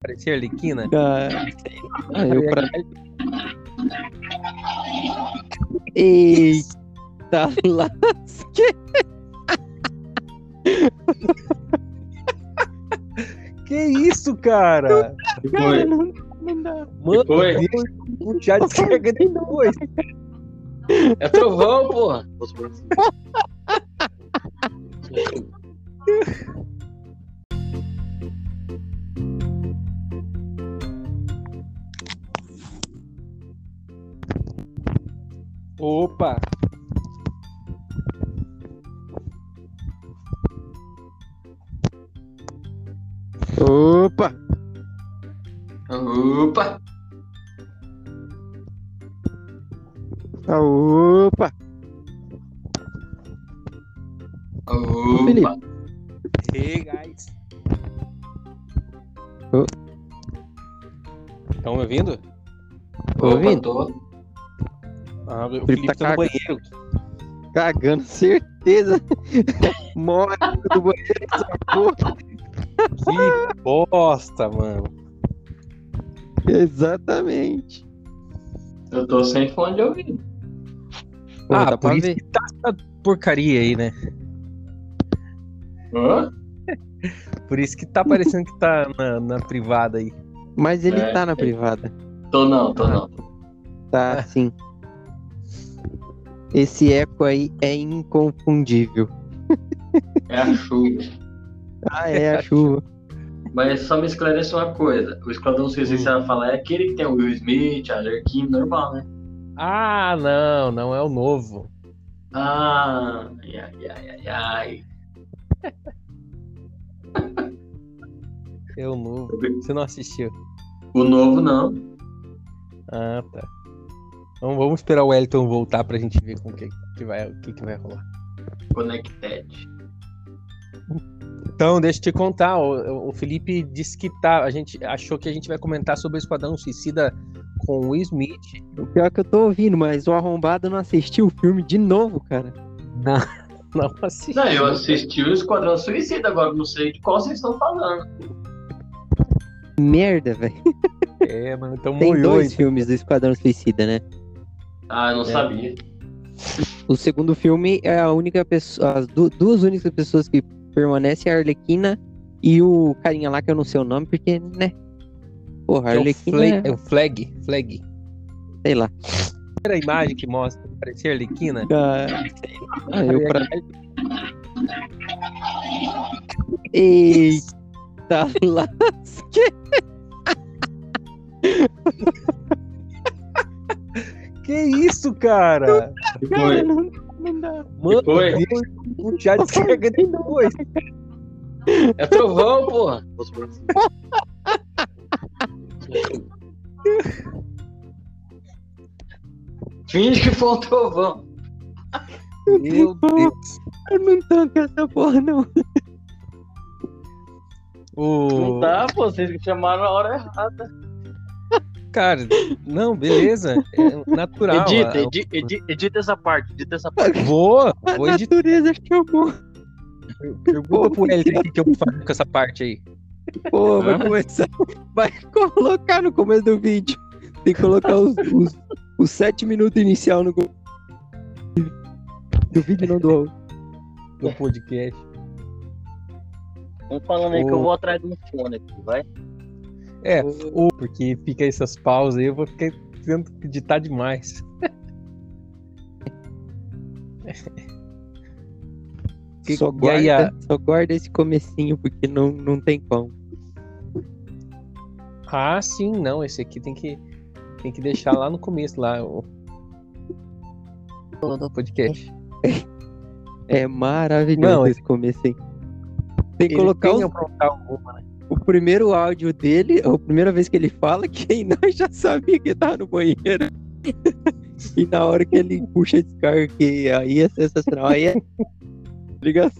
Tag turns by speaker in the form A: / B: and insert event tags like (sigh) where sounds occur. A: Parecia Arlequina.
B: Ah, ah, eu pra... Eita, lasque.
A: Que isso, cara?
B: Cara, não, não dá.
A: Mano, um
C: foi?
A: Deus, o Thiago chega depois.
C: É trovão, porra.
B: Opa! Opa!
C: Opa.
B: Ah, Opa!
C: Opa.
B: Felipe.
A: Hey, guys.
B: Ô.
A: Estão me ouvindo?
B: Ouvindo?
C: tô.
A: Ah, o
B: Felipe
A: Felipe
B: tá
A: tá, no
B: cagando.
A: banheiro.
B: Cagando, certeza! (laughs) Mora do banheiro essa porra!
A: Que bosta, mano.
B: Exatamente!
C: Eu tô sem fone de ouvido.
B: Porra,
A: ah,
B: dá pra
A: por isso
B: ver.
A: que tá essa porcaria aí, né?
C: Hã?
A: Por isso que tá parecendo que tá na, na privada aí.
B: Mas ele
C: É.
B: tá na privada.
C: Tô não, tô não.
B: Tá, sim. Esse eco aí é inconfundível.
C: É a chuva.
B: Ah, é a chuva.
C: Mas só me esclarece uma coisa. O Esquadrão Suicida hum. fala é aquele que tem o Will Smith, a Arlequim, normal, né?
A: Ah, não, não é o novo.
C: Ah, ai, ai, ai, ai, ai.
A: É o novo.
C: Eu vi-
A: Você não assistiu.
C: O novo não.
A: Ah, tá. Então vamos esperar o Wellington voltar pra gente ver com o que, que vai, o que, que vai rolar.
C: Connected.
A: Então, deixa eu te contar. O, o Felipe disse que tá. A gente achou que a gente vai comentar sobre o Esquadrão Suicida com o Will Smith.
B: O pior é que eu tô ouvindo, mas o arrombado não assistiu o filme de novo, cara.
A: (laughs) Não, não assisti.
C: Não, eu assisti o Esquadrão Suicida, agora não sei de qual vocês estão falando.
B: Merda, velho.
A: É, mano, então
B: Tem
A: morreu.
B: dois filmes do Esquadrão Suicida, né?
C: Ah, eu não
A: É.
C: sabia.
B: O segundo filme é a única pessoa. As du- duas únicas pessoas que permanecem é a Arlequina e o carinha lá que eu não sei o nome, porque, né? Porra, a
A: É o,
B: Arlequina.
A: flag, é o flag, flag.
B: Sei lá.
A: Primeira imagem que mostra, parecia Arlequina.
B: Ah, ah, eu pra... Eita, (laughs) lasque.
A: Que isso, cara?
B: Cara, não, não dá.
A: Mano,
C: Foi.
A: Deus, o Thiago chega depois.
C: É trovão, porra. Finge que foi um trovão.
A: Meu Deus.
B: Eu não tanco essa porra, não.
A: O...
C: pô. Vocês que chamaram a hora errada.
A: Cara, não, beleza. É natural.
C: Edita,
A: Ah,
C: edi- edi- edita, essa parte. Edita essa parte.
A: Vou,
B: A
A: vou editar.
B: natureza chamou.
A: Pergunta pro Wellington o que que eu vou fazer com essa parte aí.
B: Pô, vai
C: Hã?
B: começar. Vai colocar no começo do vídeo. Tem que colocar os, os, os sete minutos inicial no. go- Do vídeo não do.
A: No podcast.
C: Vamos falando aí que
A: Ô.
C: eu vou atrás do fone aqui, vai.
A: É, ou porque fica essas pausas aí, eu vou ficar tendo que editar demais. (laughs) Que-
B: só,
A: e aí,
B: guarda, só guarda esse comecinho, porque não, não tem como.
A: Ah, sim, não, esse aqui tem que, tem que deixar lá no começo, lá o o podcast.
B: É maravilhoso
A: Não, é-
B: esse começo, hein? Tem que
A: Ele
B: colocar
A: tem
B: o,
A: aprontar alguma, né?
B: o primeiro áudio dele, a primeira vez que ele fala, (laughs) que aí nós já sabia que ele tava no banheiro. (laughs) e na hora que ele
A: (laughs)
B: puxa a descarga, que aí é sensacional. Aí é. Ligado?